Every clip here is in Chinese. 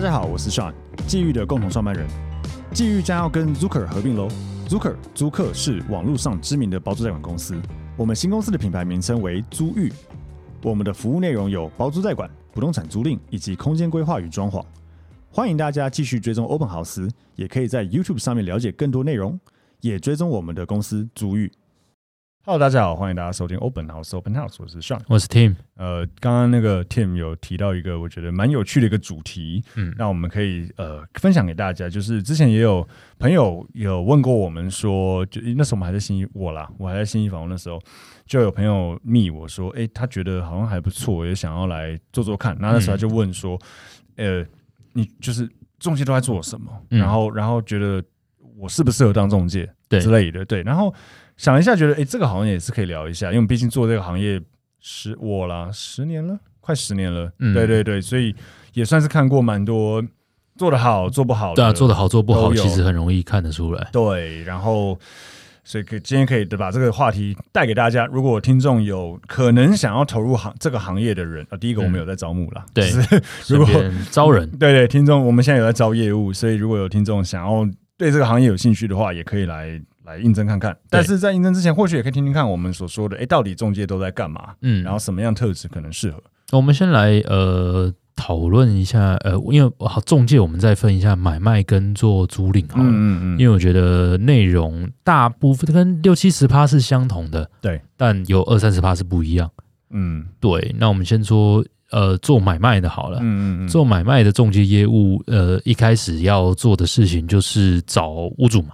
家好，我是 Sean，际遇的共同创办人。际遇将要跟 Zucker 合并喽。Zucker 租客是网络上知名的包租代管公司，我们新公司的品牌名称为租遇。我们的服务内容有包租代管、不动产租赁以及空间规划与装潢。欢迎大家继续追踪 Open House，也可以在 YouTube 上面了解更多内容，也追踪我们的公司租遇。Hello，大家好，欢迎大家收听 Open House Open House，我是 Sean。我是 Tim，呃，刚刚那个 Tim 有提到一个我觉得蛮有趣的一个主题，嗯那我们可以呃分享给大家。就是之前也有朋友有问过我们说，就那时候我们还在新一我啦，我还在新一房屋那时候，就有朋友密我说，诶，他觉得好像还不错，也想要来做做看。那那时嗯候他就问说，呃，你就是中介都在做什么？嗯然后然后觉得我适不适合当中介？对之类的，对。然后想一下，觉得诶，这个好像也是可以聊一下，因为我们毕竟做这个行业十我啦，十年了，快十年了，嗯对对对，所以也算是看过蛮多做得好、做不好的，对啊，做的好做不好，都有其实很容易看得出 来。对，然后。所以可以今天可以把这个话题带给大家。如果听众有可能想要投入行这个行业的人，啊，第一个我们有在招募啦，嗯对就是如果身边招 人，对对，听众，我们现在有在招业务，所以如果有听众想要对这个行业有兴趣的话，也可以来来应征看看。但是在应征之前，或许也可以听听看我们所说的，哎，到底中介都在干嘛，嗯，然后什么样特质可能适合？我们先来呃讨论一下，呃，因为好中介，我们再分一下买卖跟做租赁好了，嗯因为我觉得内容大部分跟六七十趴是相同的，对，但有二三十趴是不一样。嗯对，那我们先说呃做买卖的好了，嗯嗯做买卖的中介业务，呃，一开始要做的事情就是找屋主嘛。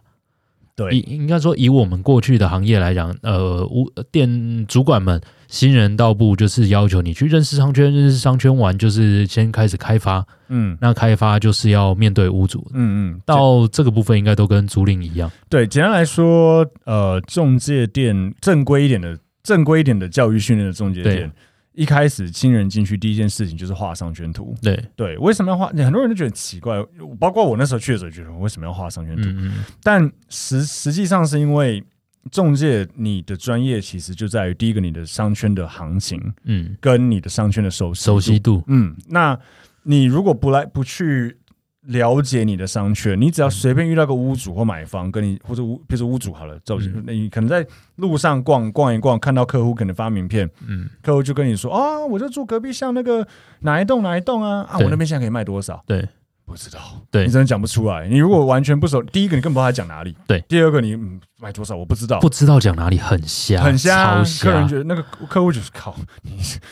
对，以应该说，以我们过去的行业来讲，呃，屋店主管们新人到步，就是要求你去认识商圈，认识商圈完就是先开始开发。嗯那开发就是要面对屋主，嗯嗯，到这个部分应该都跟租赁一样。对，简单来说，呃，中介店正规一点的、正规一点的教育训练的中介店对，一开始新人进去第一件事情就是画商圈图。对，对，为什么要画？很多人都觉得奇怪，包括我那时候去的时候，觉得我为什么要画商圈图？嗯嗯，但实实际上是因为中介，你的专业其实就在于第一个，你的商圈的行情嗯，跟你的商圈的熟悉度熟悉。度，嗯，那你如果不来不去了解你的商圈，你只要随便遇到个屋主或买方跟你或者屋，比如说屋主好了，就嗯你可能在路上逛逛一逛，看到客户可能发名片，嗯，客户就跟你说啊，我就住隔壁巷那个哪一栋哪一栋啊，啊，对我那边现在可以卖多少？对，不知道，对你真的讲不出来。你如果完全不熟，第一个你根本不知道他讲哪里，对第二个你、嗯、买多少我不知道，不知道讲哪里很瞎，很瞎啊超，客人瞎觉，得那个客户就是靠，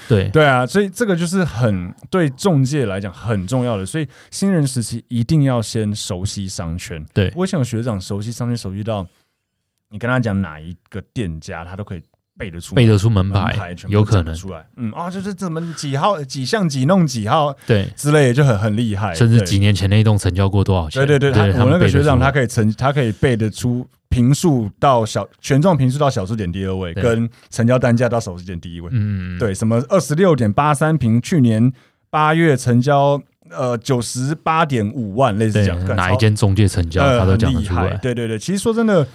对，对啊，所以这个就是很对中介来讲很重要的，所以新人时期一定要先熟悉商圈。对我想学长熟悉商圈，熟悉到你跟他讲哪一个店家，他都可以背得出背得出门门牌，全部有可讲得能，出来。嗯啊，就是怎么几号几巷几弄几号对，之类的，就很很厉害，甚至对几年前那一栋成交过多少钱？对对对，他他我们那个背得学长出来他可以成，他可以背得出平数到小权重平数到小数点第二位，对跟成交单价到小数点第一位。嗯，嗯，对，什么二十六点八三平，去年八月成交呃九十八点五万，类似对这样，干哪超一间中介成交，呃他都很讲得厉出害来。对对对，其实说真的。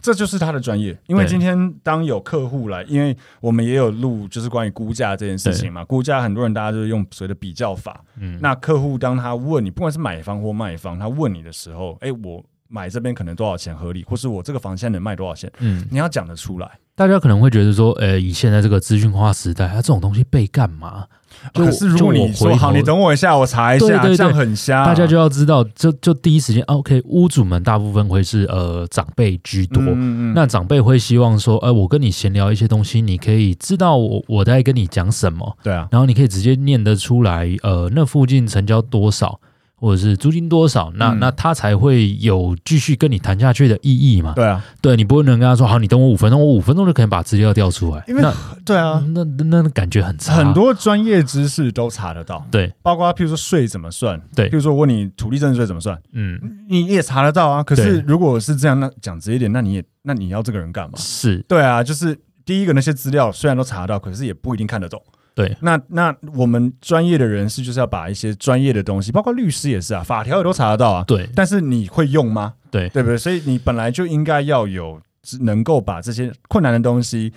这就是他的专业，因为对今天当有客户来，因为我们也有录就是关于估价这件事情嘛，估价很多人大家就是用所谓的比较法。嗯那客户当他问你，不管是买方或卖方，他问你的时候，哎，我买这边可能多少钱合理，或是我这个房现在能卖多少钱，嗯，你要讲得出来。大家可能会觉得说，呃，以现在这个资讯化时代，它这种东西背干嘛？就可是如果就我你说回头好，你等我一下，我查一下，对对对这样很瞎，啊大家就要知道，就就第一时间、啊、，OK，屋主们大部分会是呃长辈居多。嗯嗯嗯那长辈会希望说，呃，我跟你闲聊一些东西，你可以知道我我在跟你讲什么，对啊，然后你可以直接念得出来，呃，那附近成交多少，或者是租金多少，那、嗯那他才会有继续跟你谈下去的意义嘛。对啊，对你不能跟他说，好，你等我五分钟，我五分钟就可以把资料调出来。因为那嗯啊对啊，那那那感觉很差，很多专业知识都查得到，对，包括譬如说税怎么算，对譬如说我问你土地增值税怎么算，嗯，你也查得到啊。可是对如果是这样，那讲直接一点，那你也那你要这个人干嘛？是对啊，就是第一个那些资料虽然都查得到，可是也不一定看得懂。对，那那我们专业的人士就是要把一些专业的东西，包括律师也是啊，法条也都查得到啊。对但是你会用吗？对对不对？所以你本来就应该要有只能够把这些困难的东西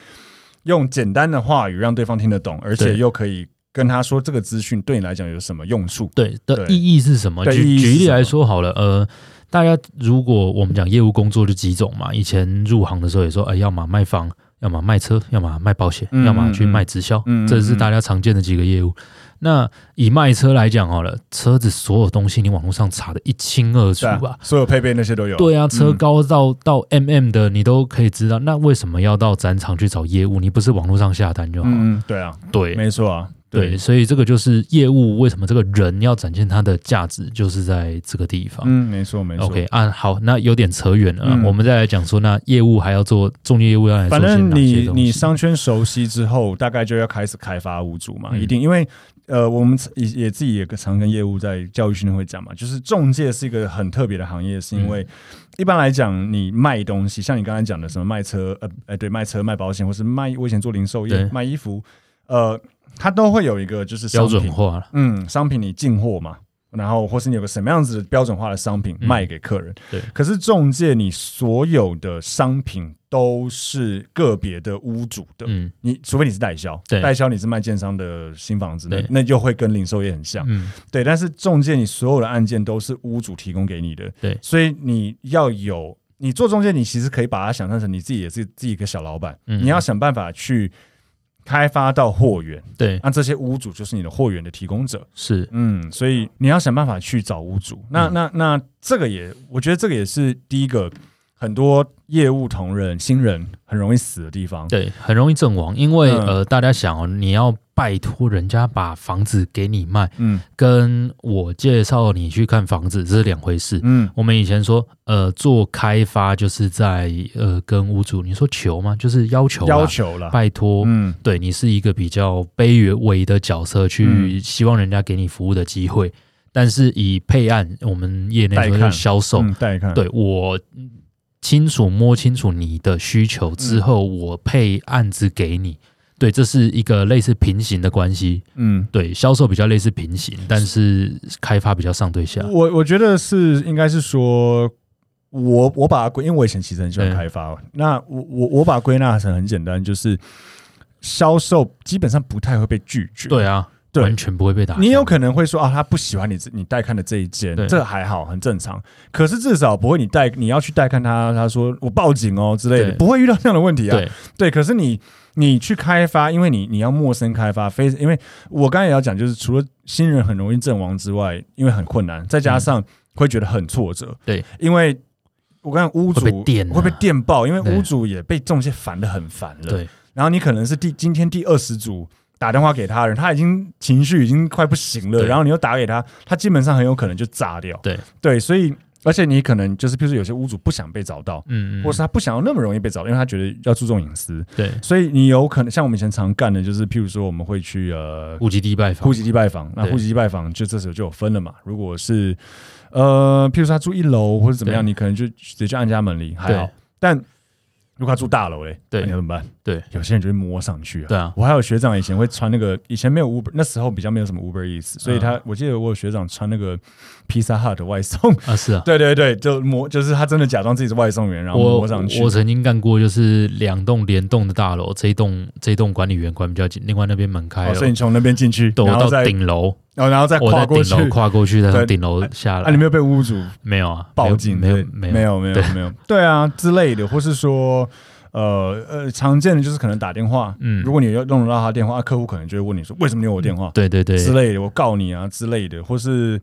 用简单的话语让对方听得懂，而且对又可以跟他说这个资讯对你来讲有什么用处。对对的意义是什么？对意举义是举什例么来说好了，呃，大家如果我们讲业务工作就几种嘛，以前入行的时候也说，哎、要么卖房，要么卖车，要么卖保险，嗯要么去嗯卖直销，嗯嗯这是嗯大家常见的几个业务。那以卖车来讲好了，车子所有东西你网络上查的一清二楚对啊吧，？所有配备那些都有。对啊，车嗯高到、到 MM 的你都可以知道，那为什么要到展场去找业务？你不是网络上下单就好？嗯，嗯对啊，对，没错啊，对，，所以这个就是业务为什么这个人要展现他的价值，就是在这个地方。嗯，没错没错。 OK 啊，好，那有点扯远了啊、嗯我们再来讲说，那业务还要做中介业务要来做反些正哪些你东你西？商圈熟悉之后，大概就要开始开发屋主嘛，嗯一定，因为呃，我们也也自己也常跟业务在教育训练会讲嘛，就是中介是一个很特别的行业，是因嗯为一般来讲，你卖东西，像你刚才讲的什么卖车，呃呃，对，卖车、卖保险，或是卖我以前做零售业对卖衣服，呃，它都会有一个就是商标品准化了，嗯，商品你进货嘛，然后或是你有个什么样子的标准化的商品嗯卖给客人。对可是中介你所有的商品都是个别的屋主的，嗯你除非你是代销，对代销你是卖建商的新房子，那对那就会跟零售业很像。嗯，对，但是中介你所有的案件都是屋主提供给你的，对所以你要有。你做中介，你其实可以把它想象成你自己也是自己一个小老板，嗯你要想办法去开发到货源，对，那这些屋主就是你的货源的提供者。是，嗯，所以你要想办法去找屋主。那、嗯那那这个也，我觉得这个也是第一个很多业务同仁新人很容易死的地方。对，很容易阵亡，因为、嗯呃，大家想哦，你要拜托人家把房子给你卖，嗯跟我介绍你去看房子这是两回事。嗯，我们以前说，呃，做开发就是在呃跟屋主，你说求吗？就是要求啦，要求了。啊拜托，嗯对你是一个比较卑微的角色，去嗯希望人家给你服务的机会。但是以配案，我们业内说代叫看销售，嗯，带看。对我清楚摸清楚你的需求之后，嗯我配案子给你。对，这是一个类似平行的关系。嗯，对，销售比较类似平行，但是开发比较上对下。我我觉得是应该是说，我我把它归，因为我以前其实很喜欢对开发，那我我我把它归纳成很简单，就是销售基本上不太会被拒绝。对啊，对完全不会被打枪。你有可能会说啊，他不喜欢你这你带看的这一间，对这还好，很正常。可是至少不会你带你要去带看他，他说我报警哦之类的，对不会遇到这样的问题啊。对对，可是你你去开发，因为你你要陌生开发，非因为我刚才也要讲，就是除了新人很容易阵亡之外，因为很困难，再加上会觉得很挫折。对，因为我刚才屋主会被电啊会被电爆，因为对屋主也被中介烦得很烦了。对然后你可能是第今天第二十组打电话给他的人，他已经情绪已经快不行了，对然后你又打给他，他基本上很有可能就炸掉。对，对，所以而且你可能就是，譬如说有些屋主不想被找到，嗯，嗯或是他不想要那么容易被找到，因为他觉得要注重隐私，对所以你有可能像我们以前常干的，就是譬如说我们会去呃户籍地拜访户，籍地拜访，那对户籍地拜访就这时候就有分了嘛。如果是呃，譬如说他住一楼或者怎么样，对你可能就直接就按家门铃，还好对。但如果他住大楼嘞，对那你要怎么办？对，有些人就会摸上去啊。对啊，我还有学长以前会穿那个，以前没有 Uber，那时候比较没有什么 Uber 意嗯思，所以他、我记得我有学长穿那个 Pizza Hut 的外送， 啊是啊，对对对，就摸，就是他真的假装自己是外送员，然后我摸上去我。曾经干过，就是两栋连栋的大楼，这一栋这一栋管理员管比较紧，另外那边门开哦，了，所以你从那边进去，对我然后到再，顶楼，哦，然后再我跨在过顶去，楼跨过去，再对从顶楼下啊，你来没，有被屋主没有啊，报警没有之类没没有有没有没有， 对啊之类的，或是说呃呃，常见的就是可能打电话，嗯如果你要弄得到他电话，啊客户可能就会问你说为什么你有我电话对对对，之类的，我告你啊之类的，或是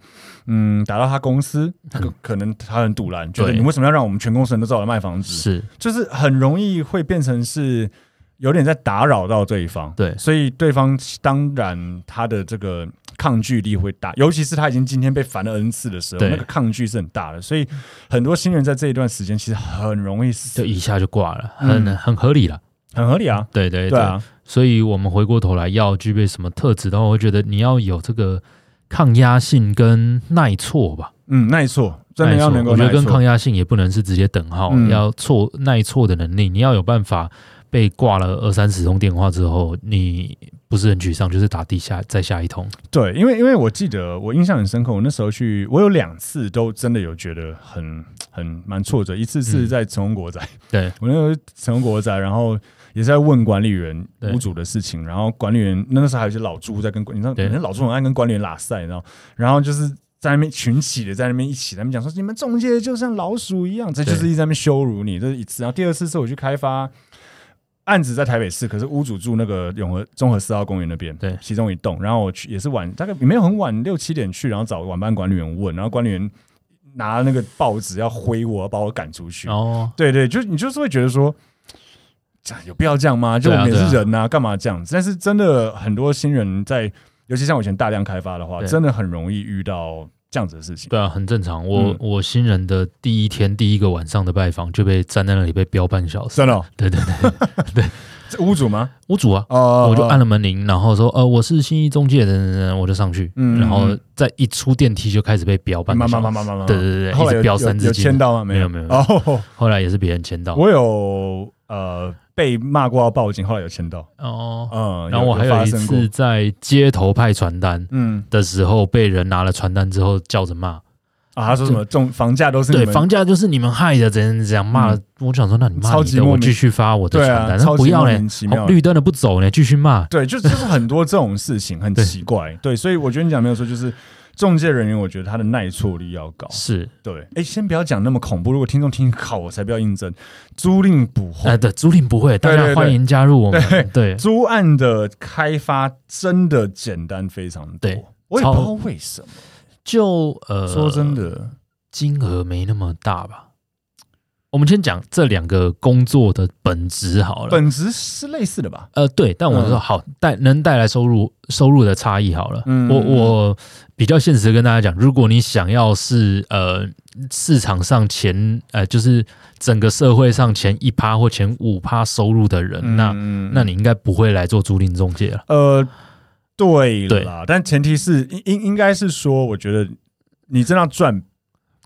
嗯打到他公司，可可能他很堵拦，觉得嗯对你为什么要让我们全公司人都知道我在卖房子，是，就是很容易会变成是有点在打扰到对方，对所以对方当然他的这个抗拒力会大，尤其是他已经今天被烦了 n 次的时候，对那个抗拒是很大的，所以很多新人在这一段时间其实很容易死就，一下就挂了，嗯很很合理了，很合理啊，对对对啊，所以我们回过头来要具备什么特质的话，我会觉得你要有这个抗压性跟耐挫吧。嗯，耐挫真的要能够我觉耐得跟挫抗，压性也不能是直接等号，嗯要挫耐挫的能力，你要有办法被挂了二三十通电话之后，你不是很沮丧，就是打地下再下一通。对，因为因为我记得我印象很深刻，我那时候去，我有两次都真的有觉得很很蛮挫折，一次是在成功国仔，嗯对， 我那时候成功国仔，然后也是在问管理员对屋主的事情，然后管理员那时候还有一些老猪在跟管，你知道，对那老猪很爱跟管理员拉塞，你知道，然后就是。在那边群起的，在那边一起，他们讲说你们中介就像老鼠一样，这就是一直在那边羞辱你，这是一次。然后第二次是我去开发案子在台北市，可是屋主住那个永和综合四号公园那边，对其中一栋。然后我去也是晚，大概也没有很晚，六七点去，然后找晚班管理员问，然后管理员拿那个报纸要挥我，要把我赶出去。然后对对，就你就是会觉得说，这有必要这样吗？就对我啊们也是对啊人呐、干嘛这样子？但是真的很多新人在，尤其像我以前大量开发的话，对真的很容易遇到这样子的事情。对啊，很正常。我、嗯我新人的第一天第一个晚上的拜访就被站在那里被标半小时。真的、哦，对对对，这屋主吗？屋主啊，哦，我就按了，了门铃，然后说呃我是信义中介的，等等等我就上去，嗯然后嗯再一出电梯就开始被标妈半妈个小妈时。妈妈妈妈，对对对后来对，一有直标三有有字签经。到吗？没没有没有哦，后来也是别人签到。我有呃被骂过要报警，后来有签到，哦，嗯，然后我还有发一生过次，在街头派传单嗯的时候，被人拿了传单之后叫着骂，啊，他说什么重房价都是你对，们嗯房价就是你们害的，怎样怎样骂了。我想说，那你骂超你级的，莫我名继续发我的对传啊，单，那超级不要莫嘞名，其妙哦哦的。绿灯的不走嘞，继续骂。对，就就是很多这种事情很 对奇怪，对，所以我觉得你讲没有错，就是中介人员，我觉得他的耐挫力要高。是，对，哎，先不要讲那么恐怖，如果听众听好，我才不要应征租赁补哎，货。对，租赁不会，大哦对对对家欢迎加入我们。对，租案的开发真的简单非常多对，我也超不知道为什么。就呃，说真，的，金额没那么大吧。我们先讲这两个工作的本质好了。本质是类似的吧？呃，对，但我说嗯好带能带来收入收入的差异好了。嗯我我比较现实地跟大家讲，如果你想要是呃市场上前呃就是整个社会上前一趴或前五趴收入的人，那嗯那你应该不会来做租赁中介了。呃，对啦，但前提是应应应该是说，我觉得你真的要赚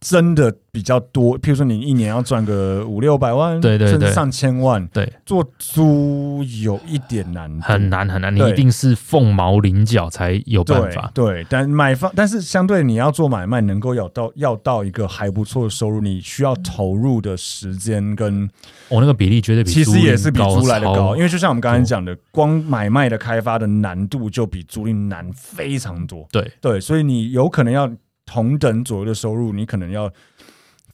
真的比较多，譬如说你一年要赚个五六百万，对对甚至对上千万，对，做租有一点难度，很难很难，你嗯对一定是凤毛麟角才有办对法。对，但买方，但是相对你要做买卖，能够要到要到一个还不错的收入，你需要投入的时间跟我、哦那个比例绝对比其实也是比租租赁来的高，超因为就像我们刚才讲的，光买卖的开发的难度就比租赁难非常多。对对，所以你有可能要同等左右的收入，你可能要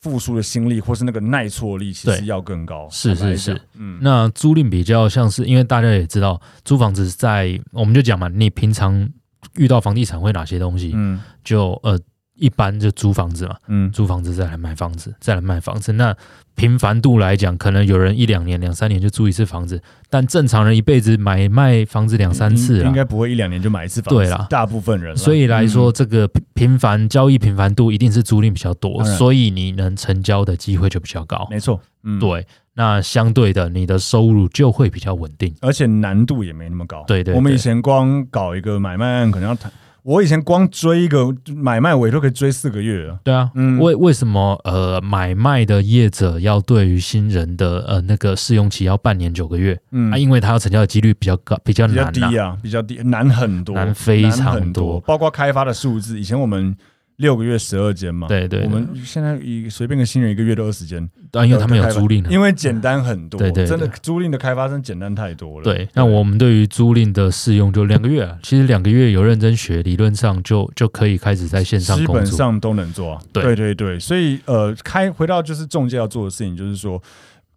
付出的心力或是那个耐挫力，其实对要更高。是坦白是讲是，嗯，那租赁比较像是，因为大家也知道，租房子在我们就讲嘛，你平常遇到房地产会哪些东西，嗯就呃一般就租房子嘛，嗯租房子再来买房子，再来卖房子。那频繁度来讲，可能有人一两年、两三年就租一次房子，但正常人一辈子买卖房子两三次嗯应啊应。该不会一两年就买一次房子，对啦大部分人啦，嗯所以来说，这个频频繁交易频繁度一定是租赁比较多，当然所以你能成交的机会就比较高。没错，嗯，，对，那相对的，你的收入就会比较稳定。而且难度也没那么高。对对我们以对前光搞一个买卖案，可能要谈，我以前光追一个买卖委托可以追四个月了。对啊，嗯为为什么呃买卖的业者要对于新人的呃那个试用期要半年九个月、嗯啊？因为他要成交的几率比较高，比较比难较啊。低啊，比较低，难很多，难非常难很多包括开发的数字，以前我们六个月十二间嘛，对对对我们现在一随便个新人一个月都二十间，啊，因为他们有租赁啊。因为简单很多，对对对真的租赁的开发真的简单太多了。对，那我们对于租赁的试用就两个月、嗯啊，其实两个月有认真学，理论上就就可以开始在线上基工本作。上都能做啊。对对对对，所以呃，开回到就是中介要做的事情，就是说。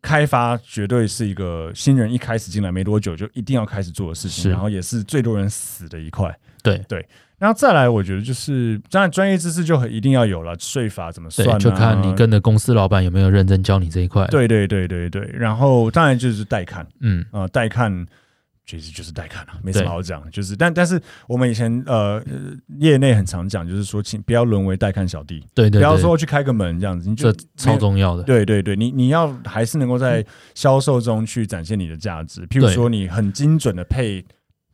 开发绝对是一个新人一开始进来没多久就一定要开始做的事情，是然后也是最多人死的一块。对对，然后再来，我觉得就是当然专业知识就很一定要有了，税法怎么对算、啊，，就看你跟的公司老板有没有认真教你这一块。，对对对对对，然后当然就是带看嗯，啊、呃带看其实就是带看啊，没什对么好讲。就是但但是我们以前呃呃业内很常讲，就是说请不要沦为带看小弟，对不对要对，说去开个门这样子，你就这超重要的。对对对，你你要还是能够在销售中去展现你的价值，譬如对说你很精准的配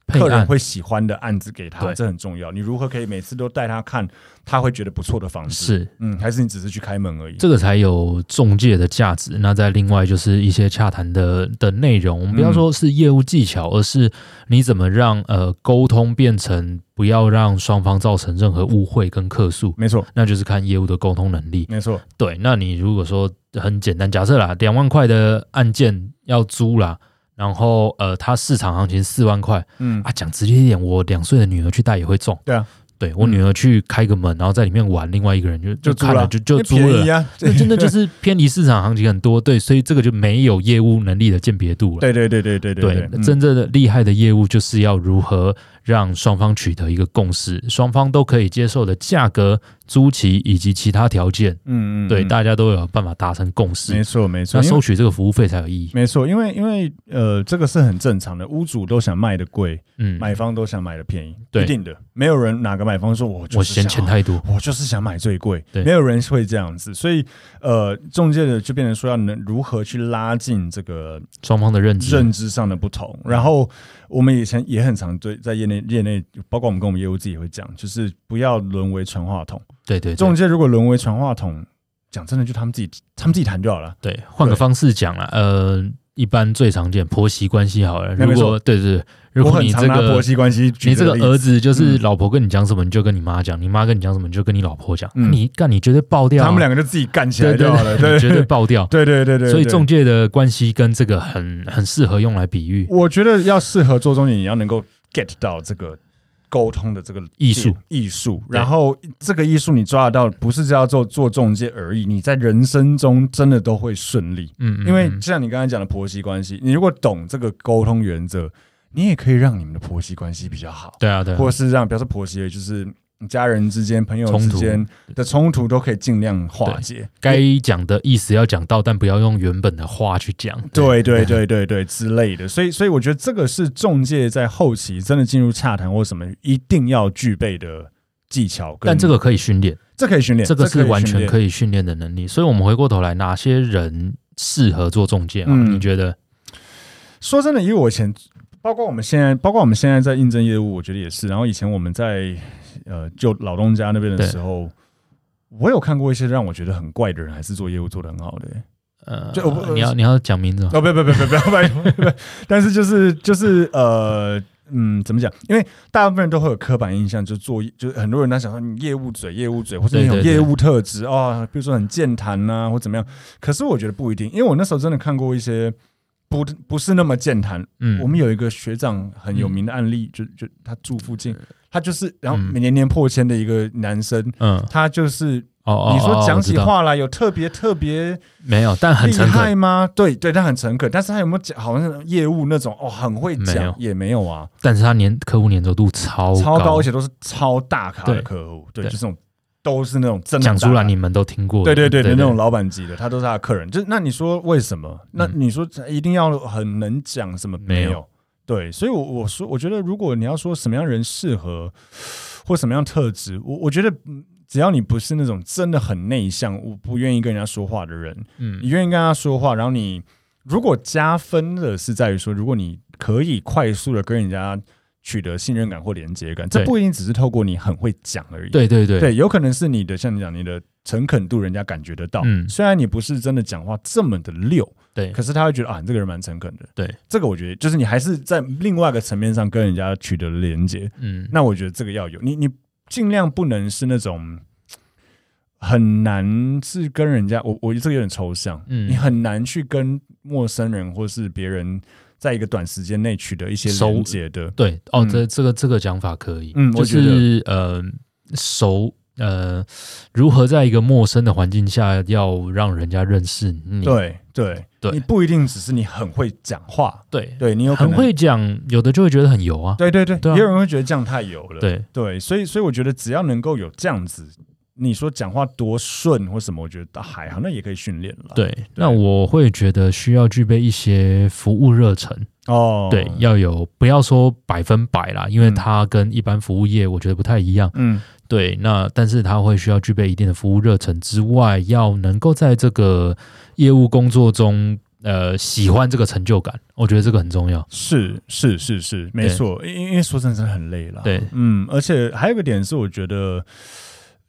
配客人案会喜欢的案子给他，对这很重要。你如何可以每次都带他看他会觉得不错的房子？，是嗯，还是你只是去开门而已？这个才有中介的价值。那再另外就是一些洽谈的的内容，我们不要说是业务技巧，而是你怎么让呃沟通变成不要让双方造成任何误会跟客诉，没错，那就是看业务的沟通能力。没错，对，那你如果说很简单，假设啦，两万块的案件要租啦，然后呃，它市场行情四万块嗯，啊，讲直接一点，我两岁的女儿去带也会中。对啊，对我女儿去开个门，然后在里面玩，另外一个人就就租看了，就就因为租便了宜。啊， 那真的就是偏离市场行情很多，对，所以这个就没有业务能力的鉴别度了。 对对对对对对，嗯真正的厉害的业务就是要如何让双方取得一个共识，双方都可以接受的价格、租期以及其他条件，嗯嗯，对，嗯大家都有办法达成共没识，错没错，那因为收取这个服务费才有意义。没错，因为因为呃，这个是很正常的，屋主都想卖的贵，嗯，买方都想买的便宜，对一定的，没有人哪个买方说我就我是想嫌要钱太多，我就是想买最贵，对没有人会这样子，所以呃，中介的就变成说要能如何去拉近这个双方的认知，认知上的不同。然后我们以前也很常对在业内业内，包括我们跟我们业务自己也会讲，就是不要沦为传话筒。对对对中介如果沦为传话筒，讲真的就他们自己他们自己谈就好了。对，换个对方式讲啦，呃，一般最常见婆媳关系好了，那没如果对对对，如我果很你常这拿个婆媳关系举你这个例儿子。子就是嗯老婆跟你讲什么你就跟你妈讲，你妈跟你讲什么你就跟你老婆讲，嗯你干你绝对爆掉啊、他们两个就自己干起来对就对好了，对，对你绝对对爆掉。 对对对对，所以对中介的关系跟这个很很适合用来比喻我觉得要适合做中介，你要能够 get 到这个沟通的这个艺术点艺术，对然后这个艺术你抓得到，不是叫做做中介而已，你在人生中真的都会顺利，嗯，嗯因为嗯像你刚才讲的婆媳关系，你如果懂这个沟通原则，你也可以让你们的婆媳关系比较好，对啊对啊或是让，比如说婆媳就是。家人之间、朋友之冲突间的冲突都可以尽量化对解，该讲的意思要讲到，但不要用原本的话去讲。对对对对对之类的，所以所以我觉得这个是中介在后期真的进入洽谈或什么一定要具备的技巧跟。但这个可以训练，这可以训练，这个是完全可以以训练的能力。所以，我们回过头来，哪些人适合做中介啊？嗯你觉得？训练。说真的，因为我以前，包括我们现在，包括我们现在在应征业务，我觉得也是。然后以前我们在呃就老东家那边的对时候。我有看过一些让我觉得很怪的人，还是做业务做得很好的、欸呃就我，你要你要讲名字吗？哦，不不不不不不不不，但是就是就是呃。嗯，怎么讲？因为大部分人都会有刻板印象，就做就是很多人他想说你业务嘴、业务嘴，或者你有对对对业务特质啊、哦，比如说很健谈呐、或怎么样。可是我觉得不一定，因为我那时候真的看过一些不不是那么健谈。嗯，我们有一个学长很有名的案例，就就他住附近，他就是然后嗯年年破千的一个男生，嗯他就是哦哦，你说哦讲我知起道话来有特别特别。没有？但很厉诚恳害，吗？对对，他很诚恳，但是他有没有讲？好像业务那种哦，很会没讲有，也没有啊，但是他年客户粘着度超超高高，而，且都是超大咖的对客户，对，对就是那种都是那种真的讲出大来咖你们都听过的。对对对的那种老板级的，他都是他的客人。就是那你说为什么？那嗯你说一定要很能讲什么？没有有。对，所以我，我说，我觉得，如果你要说什么样人适合，或什么样特质，我我觉得，嗯只要你不是那种真的很内向、我不愿意跟人家说话的人，嗯你愿意跟他说话，然后你如果加分的是在于说，如果你可以快速的跟人家取得信任感或连接感，这对不一定只是透过你很会讲而已。对对对，对，有可能是你的，像你讲你的诚恳度，人家感觉得到。嗯虽然你不是真的讲话这么的溜，对可是他会觉得啊，你这个人蛮诚恳的。对，这个我觉得就是你还是在另外一个层面上跟人家取得了连接。嗯，那我觉得这个要有，你你尽量不能是那种很难是跟人家，我我这个有点抽象，嗯你很难去跟陌生人或是别人在一个短时间内取得一些熟连接的，对哦，嗯这这个这个讲法可以，嗯我觉就得是呃熟呃，如何在一个陌生的环境下要让人家认识你，对对对你不一定只是你很会讲话，对，对你有可很能，会讲，有的就会觉得很油啊，对对对，对啊也有人会觉得这样太油了，对对，所以所以我觉得只要能够有这样子。你说讲话多顺或什么，我觉得倒还好，那也可以训练了。对，那我会觉得需要具备一些服务热忱，哦，对，要有不要说百分百啦，因为嗯它跟一般服务业我觉得不太一样，嗯，对，那但是他会需要具备一定的服务热忱之外，要能够在这个业务工作中，呃喜欢这个成就感，我觉得这个很重要。是是是是，没对错，因因因为说真的真的很累了。对嗯，而且还有一个点是，我觉得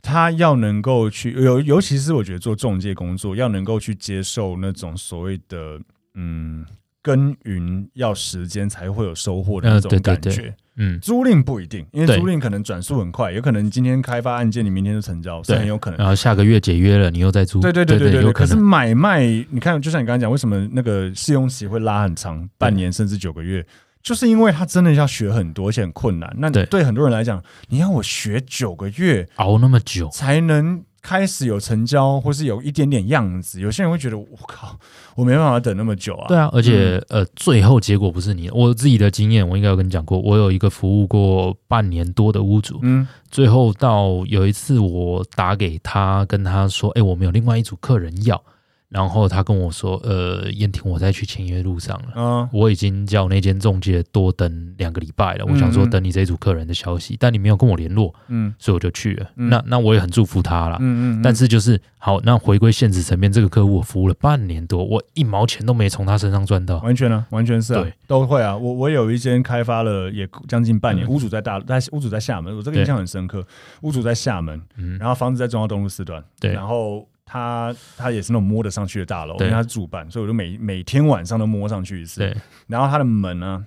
他要能够去，尤尤其是我觉得做中介工作，要能够去接受那种所谓的嗯耕耘要时间才会有收获的那呃种对对感觉。对嗯，租赁不一定，因为对租赁可能转速很快，有可能今天开发案件，你明天就成交，是对啊很有可能。然后下个月解约了，你又再租，对对对对对有可可是能。买卖，你看，就像你刚刚讲，为什么那个试用期会拉很长，半年甚至九个月，就是因为他真的要学很多，而且很困难。那对对很多人来讲，你要我学九个月熬那么久，才能开始有成交，或是有一点点样子，有些人会觉得我靠，我没办法等那么久啊。对啊，而且、呃，最后结果不是你，我自己的经验，我应该有跟你讲过，我有一个服务过半年多的屋主，嗯，最后到有一次我打给他，跟他说，哎、我们有另外一组客人要，然后他跟我说，呃，燕婷，我在去签约路上了。嗯我已经叫那间中介多等两个礼拜了，我想说嗯嗯等你这组客人的消息，但你没有跟我联络，嗯所以我就去了。嗯那那我也很祝福他啦。嗯嗯，但是就是好，那回归现实层面，这个客户我服务了半年多，我一毛钱都没从他身上赚到。完全啊，完全是啊对，都会啊。我我有一间开发了也将近半年，嗯屋主在大在屋主在厦门，我这个对印象很深刻。屋主在厦门，嗯，然后房子在中央东路四段，对然后他他也是那种摸得上去的大楼，因对为他是主办，所以我就每每天晚上都摸上去一次。对，然后他的门呢、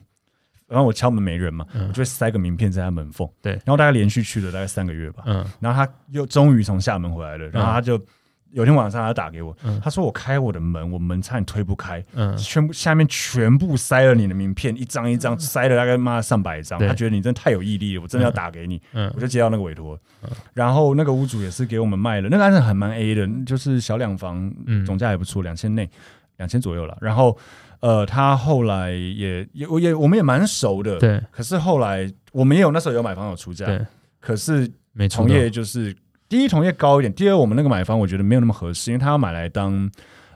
然后我敲门没人嘛，嗯我就会塞个名片在他门缝。对然后大概连续去了大概三个月吧，嗯，然后他又终于从厦门回来了，然后他就。有天晚上，他打给我，嗯他说：“我开我的门，我门差点推不开，嗯，全部下面全部塞了你的名片，一张一张塞了大概妈上百张，对他觉得你真的太有毅力了，我真的要打给你，嗯我就接到那个委托，然后那个屋主也是给我们卖了，那个案子还蛮 A 的，就是小两房，嗯总价也不错，两千内，两千左右了，然后呃，他后来也也我也我们也蛮熟的，，对可是后来我们也有那时候有买房有出价，对，可是没错同的。业就是第一同业高一点，第二我们那个买房我觉得没有那么合适，因为他要买来当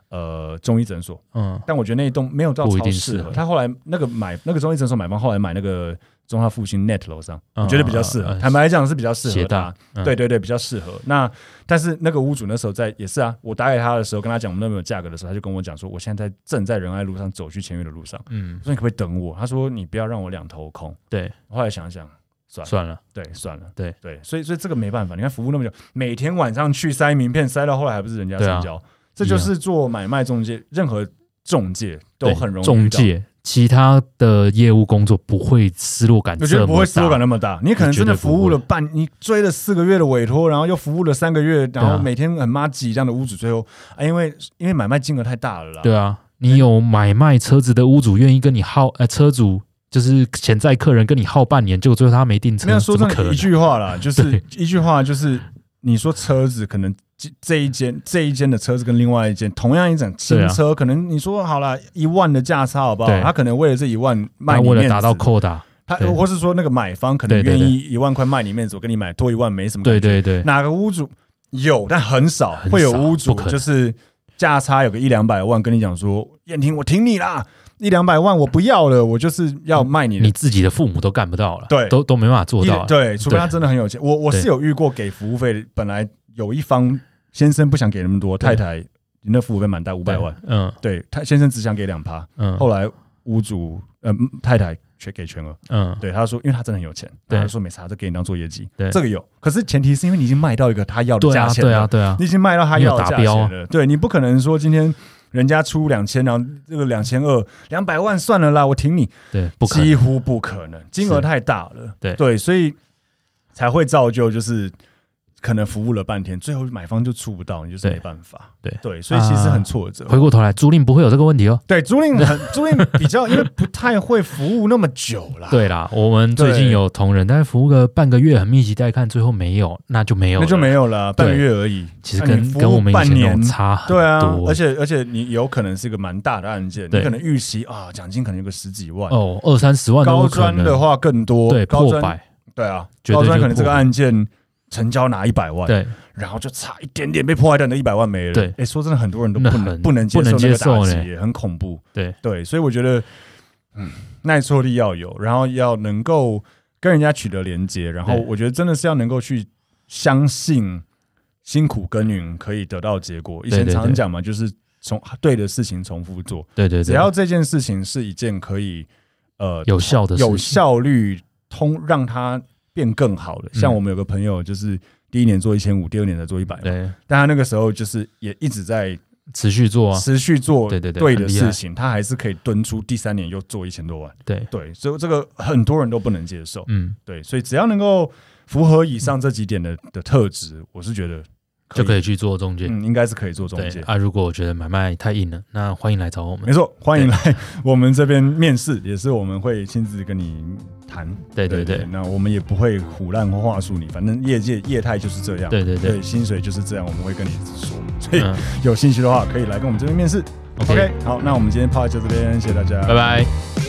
呃中医诊所。嗯，但我觉得那一栋没有到不一超定适适合。合他后来那个买那个中医诊所买方，后来买那个中华复兴 Net 楼上，嗯我觉得比较适合。嗯嗯坦白来讲是比较适合斜他大，嗯对对对，比较适合。那但是那个屋主那时候在也是啊，我打给他的时候跟他讲我们那边有价格的时候，他就跟我讲说，我现在在正在仁爱路上走去签约的路上，嗯我，说你可不可以等我？他说你不要让我两头空。对，后来想想。算了算了，对，算了，对对，所以所以这个没办法。你看服务那么久，每天晚上去塞名片，塞到后来还不是人家对啊成交？这就是做买卖中介，任何中介都对很容易遇中到介，其他的业务工作不会失落感我这么觉大，得不会失落感那么大。你可能真的服务了半，你追了四个月的委托，然后又服务了三个月，然后对啊每天很妈挤这样的屋主，最后啊，因为因为买卖金额太大了啦。对啊，你有买卖车子的屋主愿意跟你耗，呃，车主就是潜在客人跟你耗半年，结果最后他没订车，没有说怎么真可的能一？句话啦，就是对一句话就是，你说车子可能这这一间这一间的车子跟另外一间同样一整新对啊车，可能你说好了一万的价差好不好？对他可能为了这一万卖他你为了面达到子，扣打，他对或是说那个买方可能对对愿对意一万块卖你面子，我跟你买多一万没什么感觉对对对，哪个屋主有，但很少很少会有屋主不可能就是价差有个一两百万，跟你讲说燕婷，我挺你啦，一两百万我不要了，我就是要卖你的。你自己的父母都干不到了，对都都没办法做一到了，啊对，除非他真的很有钱。我我是对有遇过给服务费的，本来有一方先生不想给那么多，对太太那服务费蛮大，五对百万。，嗯对，他先生只想给两趴，嗯后来屋主呃太太全给全额。嗯，对，他说，因为他真的很有钱，对他就说没差，这给你当做业绩。对这个有，可是前提是因为你已经卖到一个他要的对价啊钱对了啊。对啊你，已经卖到他要的价你有达标钱啊了。对你不可能说今天人家出两千，然后这个两千二、两百万算了啦，我挺你，啊对，不可能，几乎不可能，金额是太大了。对所以才会造就就是可能服务了半天，最后买方就出不到，你就是对没办法。对啊对，所以其实很挫折。回过头来，租赁不会有这个问题哦。对，租 赁很租赁比较，因为不太会服务那么久啦。。对啦，我们最近有同仁，但是服务个半个月很密集待看，最后没有，那就没有，那就没。有了，半个对月而已。其实那你跟服务跟我们以半前那年种差很多，对啊，而且而且你有可能是一个蛮大的案件，你对可能预期啊奖金可能有个十几万，哦，二三十万都高有可专能的话更多，对高破专百，对啊，绝对高专就可能这个破百案件成交拿一百万，对，然后就差一点点被破坏掉，那一百万没了。对哎，说真的，很多人都那不很能不能接不能受那个接受打击呢耶，很恐怖。对对，所以我觉得，嗯，耐挫力要有，然后要能够跟人家取得连接，然后对我觉得真的是要能够去相信辛苦耕耘可以得到结果。以前对对常常对讲嘛，就是重对的事情重复做，对对对，只要这件事情是一件可以呃有效的事情有效率通让它变更好的。像嗯我们有个朋友，就是第一年做一千五，第二年才做一百，对但他那个时候就是也一直在持续做啊，持续做对对对对的很厉害事情，他还是可以蹲出第三年又做一千多万。对，对，所以这个很多人都不能接受。嗯，对，所以只要能够符合以上这几点的的特质，我是觉得就可以去做中介。嗯，应该是可以做中对介。啊，如果我觉得买卖太硬了，那欢迎来找我们没。错，欢迎来我们这边面试，也是我们会亲自跟你谈。对对对那我们也不会胡乱话术你，反正业界业态就是这样。对对对对，薪水就是这样，我们会跟你说。所以嗯有兴趣的话，可以来跟我们这边面试。 ，OK，好，那我们今天 p 就这边，谢谢大家，拜拜。